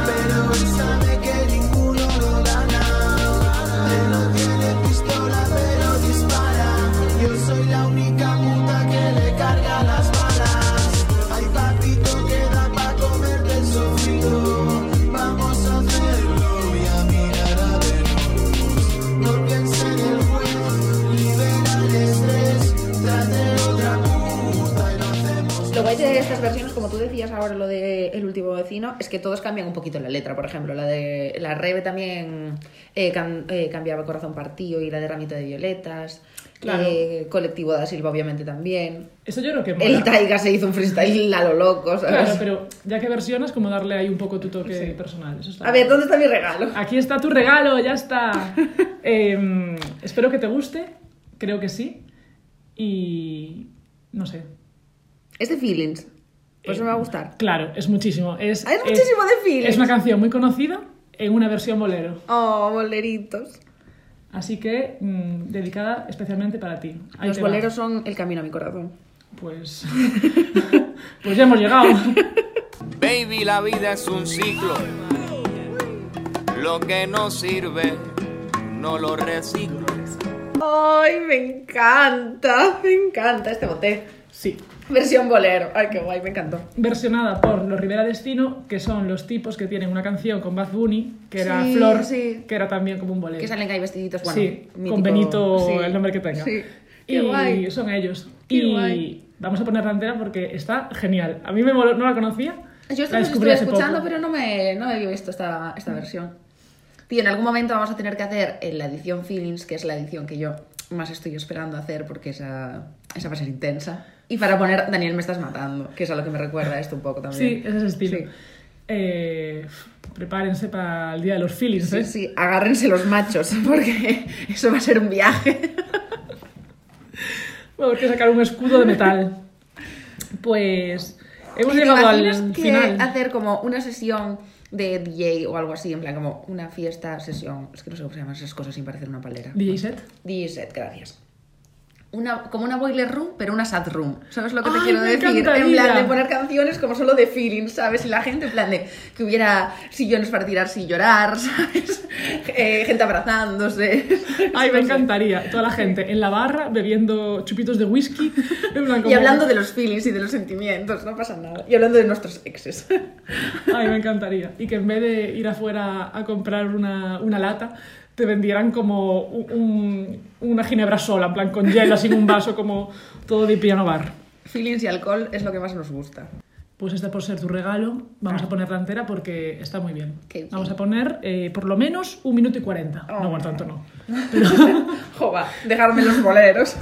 Pero él sabe que ninguno lo gana Él no tiene pistola, pero dispara Yo soy la única puta que le carga las balas Hay papito que da pa' comerte el sofrito Vamos a hacerlo y a mirar a Venus No piense en el juez, libera el estrés Trate otra puta y no hacemos
Lo guay de estas versiones, como tú decías ahora, lo de el último vecino, es que todos cambian un poquito la letra, por ejemplo, la de la Rebe también eh, cam- eh, cambiaba Corazón Partido y la de Ramito de Violetas,
Claro.
eh, Colectivo da Silva obviamente también,
Eso yo creo que mola.
el Taiga se hizo un freestyle a lo loco, ¿sabes?
Claro, pero ya que versionas, como darle ahí un poco tu toque personal. Eso está
A ver, ¿dónde está mi regalo?
Aquí está tu regalo, ya está. Em, espero que te guste, creo que sí. Y no sé.
Es de Feelings, pues
Eh,
no me va a gustar.
Claro, es muchísimo. Es,
Ah, es muchísimo de Feelings.
Es una canción muy conocida en una versión bolero.
Oh, boleritos.
Así que mm, dedicada especialmente para ti. Ahí
Los
te va.
boleros son el camino a mi corazón.
Pues. pues ya hemos llegado.
Baby, la vida es un ciclo. Lo que no sirve, no lo reciclo.
¡Ay, me encanta! Me encanta este bote.
Sí.
Versión bolero. ¡Ay, qué guay! Me encantó.
Versionada por los Rivera Destino, que son los tipos que tienen una canción con Bad Bunny, que era
Sí,
Flor,
sí.
que era también como un bolero.
Que salen ahí vestiditos, bueno.
sí,
mítico-
con Benito,
sí.
el nombre que tenga.
Sí. Qué
y
guay.
son ellos.
Qué
y
guay.
vamos a ponerla entera porque está genial. A mí me moló, no la conocía.
Yo esto
la
los
descubrí
estoy
hace
escuchando,
poco. Mm.
pero no me no había visto esta, esta versión. Tío, en algún momento vamos a tener que hacer en la edición Feelings, que es la edición que yo más estoy esperando hacer porque esa, esa va a ser intensa. Y para poner Daniel me estás matando, que es a lo que me recuerda esto un poco
Sí,
también.
es ese estilo.
Sí.
Eh, f- prepárense para el día de los feelings,
Sí,
¿eh?
sí, agárrense los machos, porque eso va a ser un viaje.
Bueno, hay que sacar un escudo de metal. Pues hemos
¿Y te
llegado al
imaginas que
final.
hacer como una sesión de DJ o algo así, en plan como una fiesta, sesión, es que no sé cómo se llaman esas cosas sin parecer una palera.
DJ set.
DJ set, gracias. Una, como una boiler room, pero una sad room. ¿Sabes lo que te
Ay,
quiero
me
decir? En
encantaría.
plan de poner canciones como solo de feeling, ¿sabes? Y la gente, en plan de que hubiera sillones para tirarse y llorar, ¿sabes? Eh, gente abrazándose.
Ay, me
No sé.
encantaría. Toda la gente en la barra bebiendo chupitos de whisky. en plan
Y
como-
hablando de los feelings y de los sentimientos, no pasa nada. Y hablando de nuestros exes.
Ay, me encantaría. Y que en vez de ir afuera a comprar una, una lata, te vendieran como un- un- una ginebra sola, en plan con hielo, así en un vaso, como todo de piano bar.
Feelings y alcohol es lo que más nos gusta.
Pues esta por ser tu regalo, vamos a ponerla entera porque está muy bien.
Qué bien.
Vamos a poner eh, por lo menos un minuto y cuarenta. No, bueno, tanto no.
Jova, dejarme los boleros.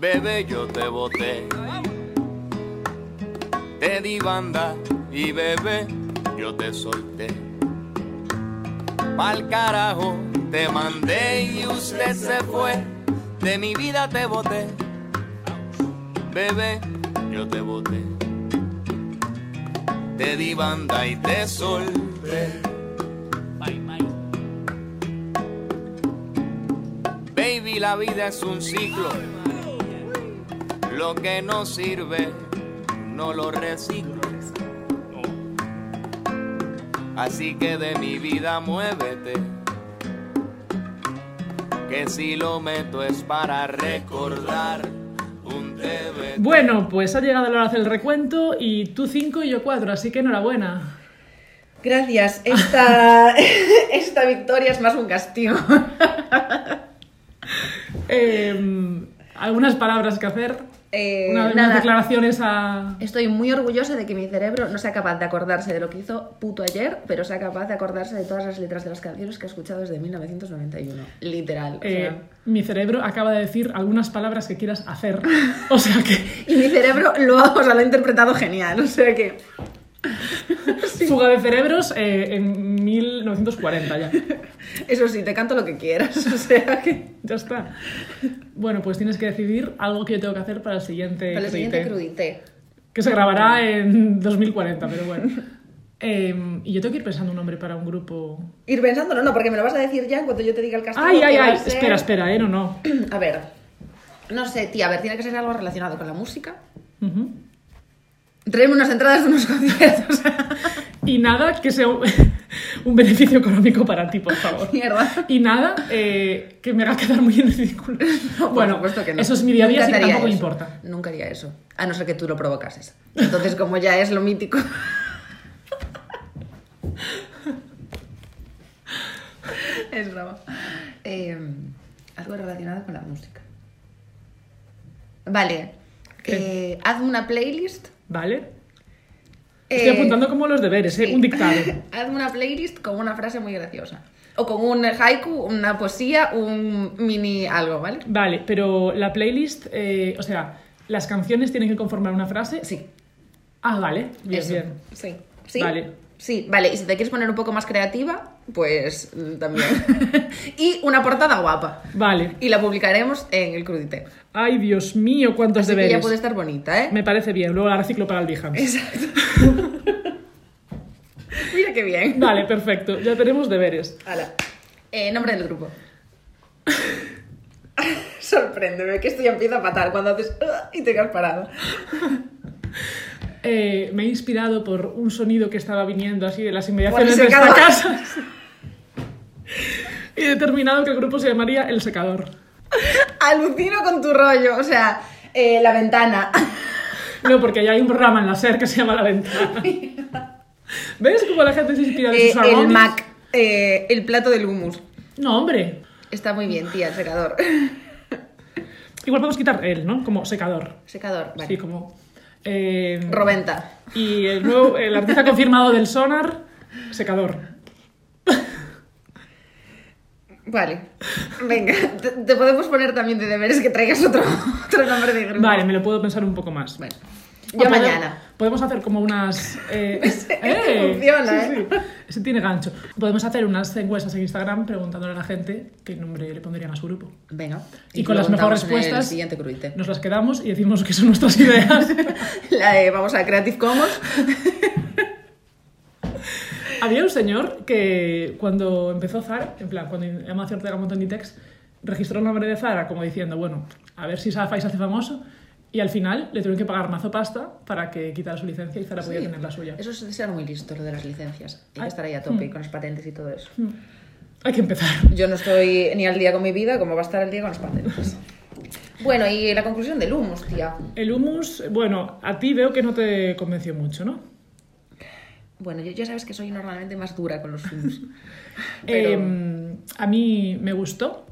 Bebé, yo te boté. Te di banda y bebé, yo te solté. Mal carajo, te mandé y usted se fue. De mi vida te boté. Bebé, yo te boté. Te di banda y te solté. Baby, la vida es un ciclo. Lo que no sirve, no lo reciclo. Así que de mi vida muévete. Que si lo meto es para recordar un debe.
Bueno, pues ha llegado la hora de hacer el recuento y tú cinco y yo cuatro, así que enhorabuena.
Gracias, esta, esta victoria es más un castigo.
Eh, algunas palabras que hacer.
Eh,
Una- unas
nada,
declaraciones a.
estoy muy orgullosa de que mi cerebro no sea capaz de acordarse de lo que hizo puto ayer, pero sea capaz de acordarse de todas las letras de las canciones que he escuchado desde 1991. Literal. o
eh,
sea.
mi cerebro acaba de decir algunas palabras que quieras hacer. O sea que.
Y mi cerebro lo, o sea, lo ha interpretado genial, o sea que...
Fuga de cerebros eh, en 1940 ya.
Eso sí, te canto lo que quieras, o sea que...
Ya está. Bueno, pues tienes que decidir algo que yo tengo que hacer para el siguiente,
Para el siguiente
crudite,
crudité.
Que se grabará en 2040, pero bueno. Eh, y yo tengo que ir pensando un nombre para un grupo.
Ir pensándolo, no, porque me lo vas a decir ya en cuanto yo te diga el castigo.
¡Ay,
que
ay,
va a
ay!
ser-
Espera, espera, ¿eh? No, no.
A ver, no sé, tía, a ver, tiene que ser algo relacionado con la música.
Ujú.
Tráeme unas entradas de unos conciertos.
Y nada, que se. un beneficio económico para ti, por favor.
Mierda.
Y nada, eh, que me haga quedar muy en ridículo.
No, por
bueno,
supuesto que no.
eso es mi día a día,
Nunca
así
te
que
haría
tampoco me
eso.
importa.
Nunca haría eso. A no ser que tú lo provocases. Entonces, como ya es lo mítico. es broma. Eh, algo relacionado con la música. Vale.
¿Qué?
Eh, hazme una playlist.
¿Vale?
Eh,
Estoy apuntando como los deberes, ¿eh? Un dictado.
Hazme una playlist con una frase muy graciosa. O con un haiku, una poesía, un mini algo, ¿vale?
Vale, pero la playlist, eh, o sea, las canciones tienen que conformar una frase.
Sí.
Ah, vale, bien,
Eso.
bien.
Sí. Sí.
Vale.
Sí, vale. Y si te quieres poner un poco más creativa, pues mm, también. y una portada guapa.
Vale.
Y la publicaremos en el crudite.
Ay, Dios mío, cuántos
Así que
deberes.
ya puede estar bonita, ¿eh?
Me parece bien, luego la reciclo para el Behance.
Exacto. Mira qué bien.
Vale, perfecto, ya tenemos deberes.
Hala. Eh, nombre del grupo. Sorpréndeme que esto ya empieza a patar cuando haces "Ah", y te quedas parado.
Eh, me he inspirado por un sonido que estaba viniendo así de las
Por
inmediaciones
el
de esta
secador.
casa. y he determinado que el grupo se llamaría El Secador.
Alucino con tu rollo, o sea, eh, la ventana.
No, porque ya hay un programa en la SER que se llama La Ventana. ¿Ves cómo la gente se inspira de
Eh,
sus
el
agobios?
Mac. eh, el plato del hummus.
No, hombre.
Está muy bien, tía, el secador.
Igual podemos quitar el, ¿no? Como secador.
Secador, vale.
Sí, como... eh,
Roventa.
Y el nuevo, el artista confirmado del sonar, secador.
Vale. Venga, te, te podemos poner también de deberes que traigas otro, otro nombre de grupo.
Vale, me lo puedo pensar un poco más.
Bueno,
O
yo
pode-
mañana.
Podemos hacer como unas... eh,
Este funciona,
sí,
¿eh?
sí. Ese tiene gancho. Podemos hacer unas encuestas en Instagram preguntándole a la gente qué nombre le pondrían a su grupo.
Venga.
Y con las mejores
preguntamos en
respuestas-
El siguiente cruite.
Nos las quedamos y decimos que son nuestras ideas.
La de vamos a Creative Commons.
Había un señor que cuando empezó Zara, en plan, cuando Amacio Ortega Montón Ditex, registró el nombre de Zara como diciendo, bueno, a ver si Zafai se hace famoso. Y al final le tuvieron que pagar mazo pasta para que quitara su licencia y Zara pudiera
Sí.
tener la suya.
Eso es de ser muy listo, lo de las licencias. Hay
Ah,
que estar ahí a tope
hmm.
con las patentes y todo eso.
Mm. Hay que empezar.
Yo no estoy ni al día con mi vida, como va a estar al día con las patentes. Bueno, y la conclusión del hummus, tía.
El humus, bueno, a ti veo que no te convenció mucho, ¿no?
Bueno, yo ya sabes que soy normalmente más dura con los hummus.
Em, a mí me gustó,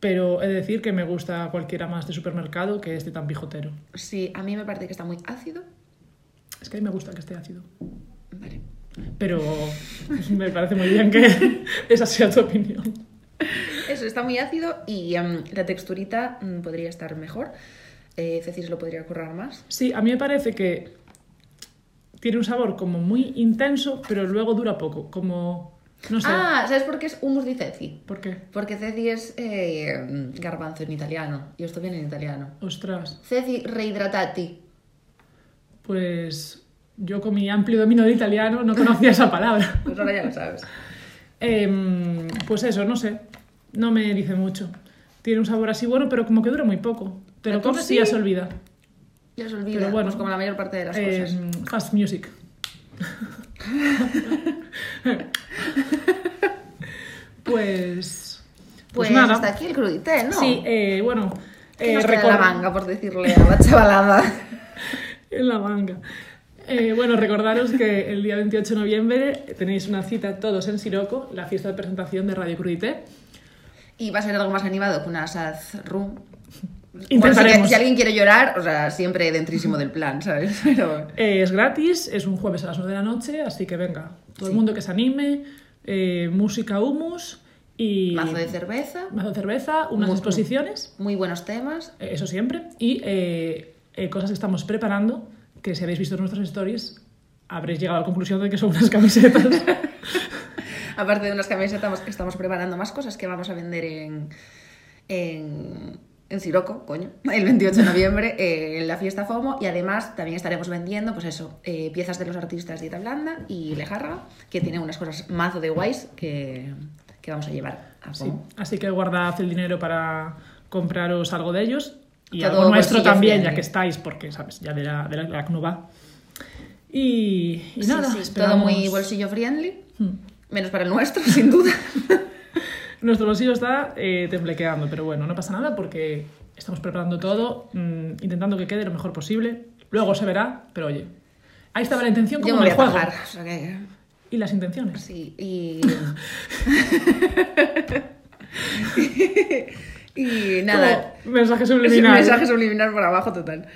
pero he de decir que me gusta cualquiera más de supermercado que este tan pijotero.
Sí, a mí me parece que está muy ácido.
Es que a mí me gusta que esté ácido.
Vale.
Pero me parece muy bien que esa sea tu opinión.
Eso, está muy ácido y em, la texturita mm, podría estar mejor. Eh, Ceci se lo podría currar más.
Sí, a mí me parece que tiene un sabor como muy intenso, pero luego dura poco. Como. No sé.
Ah, ¿sabes por qué es hummus di Ceci?
¿Por qué?
Porque Ceci es eh, garbanzo en italiano. Y esto viene en italiano.
Ostras.
Ceci, reidratati.
Pues yo con mi amplio dominio de italiano no conocía esa palabra.
Pues ahora ya lo sabes.
Em, pues eso, no sé. No me dice mucho. Tiene un sabor así bueno, pero como que dura muy poco. Te lo
Pero tú
comes
sí.
y ya se olvida.
Ya se olvida,
Pero bueno.
pues como la mayor parte de las
Em,
cosas.
fast music. pues, pues.
Pues,
nada.
hasta aquí el crudité, ¿no?
Sí, eh, bueno.
Que
eh,
nos queda en la
recor-
manga, por decirle a la chavalada.
En la manga. Eh, bueno, recordaros que el día 28 de noviembre tenéis una cita todos en Siroco, la fiesta de presentación de Radio Crudité.
Y va a ser algo más animado que una Saz Room. Bueno, sí que-
Intentaremos.
si alguien quiere llorar, o sea, siempre dentrísimo del plan, ¿sabes? Pero
Eh, es gratis, es un jueves a las 9 de la noche, así que venga, todo el
Sí.
mundo que se anime, eh, música humus y...
mazo de cerveza,
mazo de cerveza, unas
Humus,
exposiciones,
muy buenos temas.
eh, eso siempre, y eh, eh, cosas que estamos preparando, que si habéis visto nuestras stories, habréis llegado a la conclusión de que son unas camisetas.
Aparte de unas camisetas, estamos preparando más cosas que vamos a vender en, en, en Siroco, coño, el 28 de noviembre, eh, en la fiesta FOMO. Y además también estaremos vendiendo, pues eso, eh, piezas de los artistas Dieta Blanda y Lejarra, que tienen unas cosas mazo de guays que, que vamos a llevar a
Sí,
FOMO.
Así que guardad el dinero para compraros algo de ellos y
Todo
algo nuestro
bolsillo
también,
friendly.
ya que estáis, porque, ¿sabes? Ya de la, de la, la CNUVA. Y, y
Sí,
nada,
sí, todo
esperamos-
muy bolsillo friendly.
Hmm.
Menos para el nuestro, sin duda.
Nuestro bolsillo está eh, temblequeando, pero bueno, no pasa nada porque estamos preparando todo, mm, intentando que quede lo mejor posible. Luego se verá, pero oye, ahí estaba la intención
Yo
como
me
en
voy
el
a
juego.
bajar. o sea que-
Y las intenciones.
Sí, y. y nada.
Como mensaje
Es un
subliminal.
mensaje subliminal por abajo, total.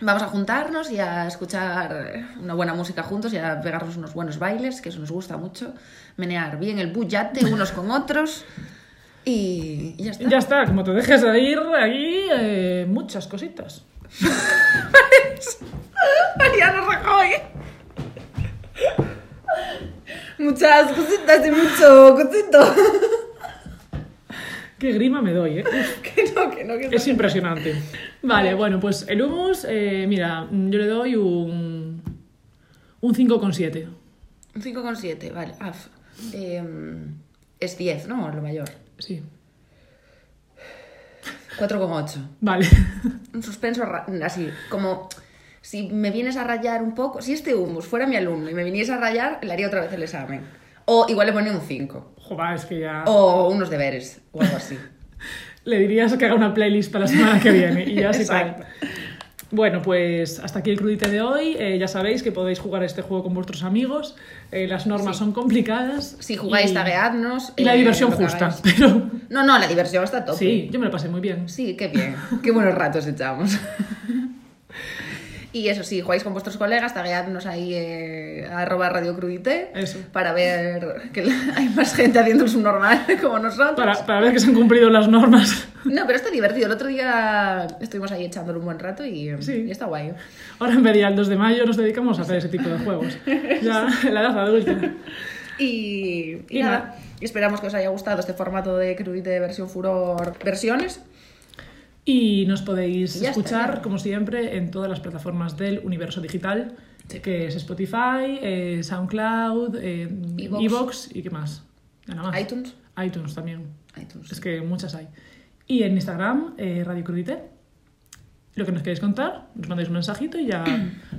Vamos a juntarnos y a escuchar una buena música juntos y a pegarnos unos buenos bailes, que eso nos gusta mucho. Menear bien el bullate unos con otros. Y y ya está.
Ya está, como te dejes de ir ahí, eh, muchas cositas.
Mariano Rajoy. Muchas cositas y mucho cosito.
Qué grima me doy, ¿eh?
que no, que no, que no.
Es impresionante. Vale, bueno, pues el humus, eh, mira, yo le doy un, un 5,7.
Un 5,7, vale. Ah, f- em, es 10, ¿no? Lo mayor.
Sí.
4,8.
Vale.
Un suspenso ra- así, como si me vienes a rayar un poco. Si este humus fuera mi alumno y me viniese a rayar, le haría otra vez el examen. O igual le ponía un 5.
Joder, es que ya...
O unos deberes, o algo así.
Le dirías que haga una playlist para la semana que viene y ya se
Exacto.
tal. Bueno, pues hasta aquí el crudite de hoy. Eh, ya sabéis que podéis jugar este juego con vuestros amigos. Eh, las normas son complicadas.
Si jugáis,
y-
tagueadnos.
Y la
eh,
diversión
lo que
justa.
hagáis.
Pero
No, no, la diversión está a tope.
sí, yo me lo pasé muy bien.
Sí, qué bien. Qué buenos ratos echamos. Y eso sí, jugáis con vuestros colegas, tagueadnos ahí eh, arroba Radio Crudité
Eso.
para ver que la- hay más gente haciendo el subnormal como nosotros.
Para, para ver que se han cumplido las normas.
No, pero está divertido. El otro día estuvimos ahí echándolo un buen rato y,
Sí.
y está guay.
Ahora en vez de ir al 2 de mayo nos dedicamos a hacer ese tipo de juegos. Ya, en la edad adulta.
Y, y
Y
nada,
nada.
esperamos que os haya gustado este formato de Crudité versión furor versiones.
Y nos podéis
Ya está,
escuchar,
ya.
como siempre, en todas las plataformas del universo digital, que es Spotify, eh, SoundCloud, eh,
Evox.
Evox y qué más. Ya nada más.
iTunes.
iTunes también.
iTunes.
Es que muchas hay. Y en Instagram, eh, Radio Crudité. Lo que nos queréis contar, nos mandáis un mensajito y ya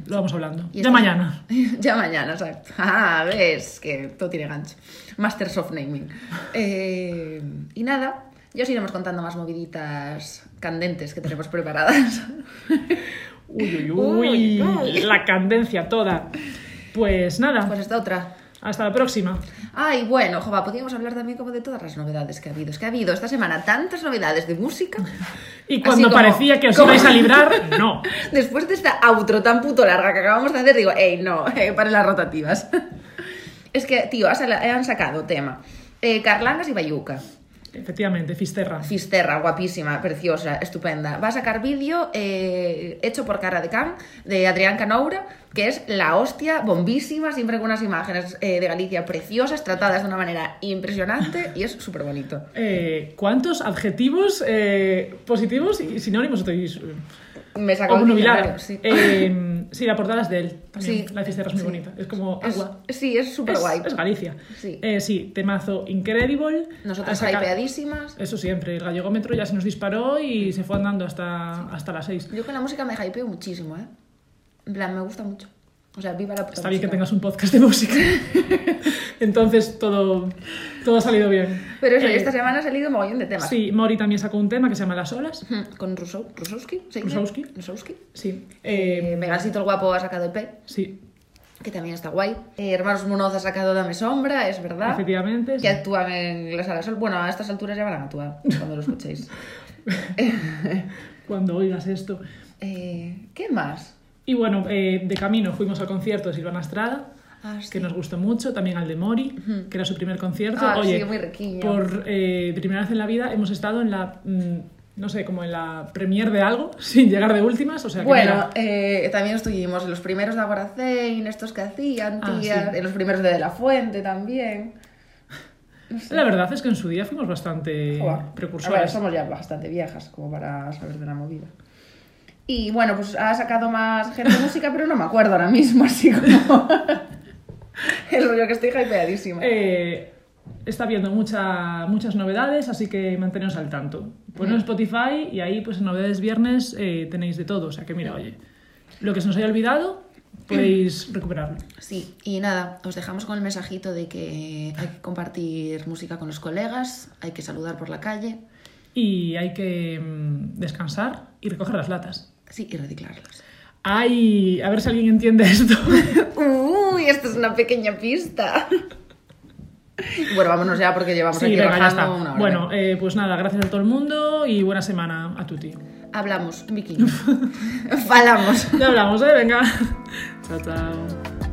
lo vamos hablando.
Y
ya
estamos-
mañana.
ya mañana, exacto. Ah, ves que todo tiene gancho. Masters of Naming. Eh, y nada, ya os iremos contando más moviditas candentes que tenemos preparadas.
Uy, uy, uy,
Uy, uy.
La candencia toda. Pues nada,
Pues esta otra.
hasta la próxima.
Ay, bueno, Jova, podríamos hablar también como de todas las novedades que ha habido. Es que ha habido esta semana tantas novedades de música.
Y
Así
cuando
como-
parecía que os
como-
ibais a librar, no.
Después de esta outro tan puto larga que acabamos de hacer, digo, ey, no, eh, para las rotativas. es que, tío, ha sala- han sacado tema. Eh, Carlangas y Bayuca.
Efectivamente, Fisterra.
Fisterra, guapísima, preciosa, estupenda. Va a sacar vídeo eh, hecho por Cara de Can, de Adrián Canoura, que es la hostia, bombísima, siempre con unas imágenes eh, de Galicia preciosas, tratadas de una manera impresionante y es súper bonito.
Eh, ¿Cuántos adjetivos eh, positivos y sinónimos estoy
Me sacó el
obnubilada?
diccionario, sí.
Eh, sí, la portada es de él. También.
Sí.
La Fisterra es muy
Sí.
bonita. Es como
Es-
agua.
sí, es súper
Es-
guay.
Es Galicia.
Sí.
Eh, sí, temazo incredible.
Nosotras
Ha sacado-
hypeadísimas.
Eso siempre. El gallogómetro ya se nos disparó y se fue andando hasta, hasta las 6.
Yo con la música me hypeo muchísimo, ¿eh? En plan, me gusta mucho. O sea, viva la puta
Está bien que
música.
tengas un podcast de música. Entonces todo, todo ha salido bien.
Pero eso,
Eh,
esta semana ha salido mogollón de temas.
Sí, Mori también sacó un tema que se llama Las Olas.
Mm, Con Rousseau, Rusowski, ¿sí?
Rusowski.
Rusowski.
Sí.
Eh,
Eh,
Megancito el Guapo ha sacado EP,
sí,
que también está guay. Eh, Hermanos Munoz ha sacado Dame Sombra, es verdad.
efectivamente. sí.
Ah. Que actúan en la sala Sol. Bueno, a estas alturas ya van a actuar cuando lo escuchéis.
Cuando oigas esto.
Eh, ¿Qué más?
Y bueno, eh, de camino fuimos al concierto de Silvana Estrada,
Ah,
que
sí.
nos gustó mucho, también al de Mori, que era su primer concierto.
Ah,
Oye,
sí, muy riquiño.
por eh, primera vez en la vida hemos estado en la, mm, no sé, como en la premier de algo, sin llegar de últimas, o sea que
Bueno,
mira,
eh, también estuvimos en los primeros de Aguaracein, estos que hacían,
Ah,
tía,
sí.
en los primeros de De La Fuente también.
la verdad es que en su día fuimos bastante
Joa. A ver,
precursores.
somos ya bastante viejas como para saber de la movida. Y bueno, pues ha sacado más gente de música, pero no me acuerdo ahora mismo, así como... El rollo que estoy hypeadísima.
Eh, está viendo mucha, muchas novedades, así que manteneos al tanto. Poned en Spotify y ahí, pues en novedades viernes eh, tenéis de todo. O sea que mira, oye, lo que se nos haya olvidado, podéis recuperarlo.
Sí, y nada, os dejamos con el mensajito de que hay que compartir música con los colegas, hay que saludar por la calle.
Y hay que mm, descansar y recoger las latas.
Sí, y reciclarlas.
Ay, a ver si alguien entiende esto.
Uy, esto es una pequeña pista. bueno, vámonos ya porque llevamos
Sí,
aquí
venga, ya está.
bajando una hora.
Bueno, eh, pues nada, gracias a todo el mundo y buena semana a tutti.
Hablamos, Vicky. Falamos.
Ya hablamos, ¿eh? Venga. Chao, chao.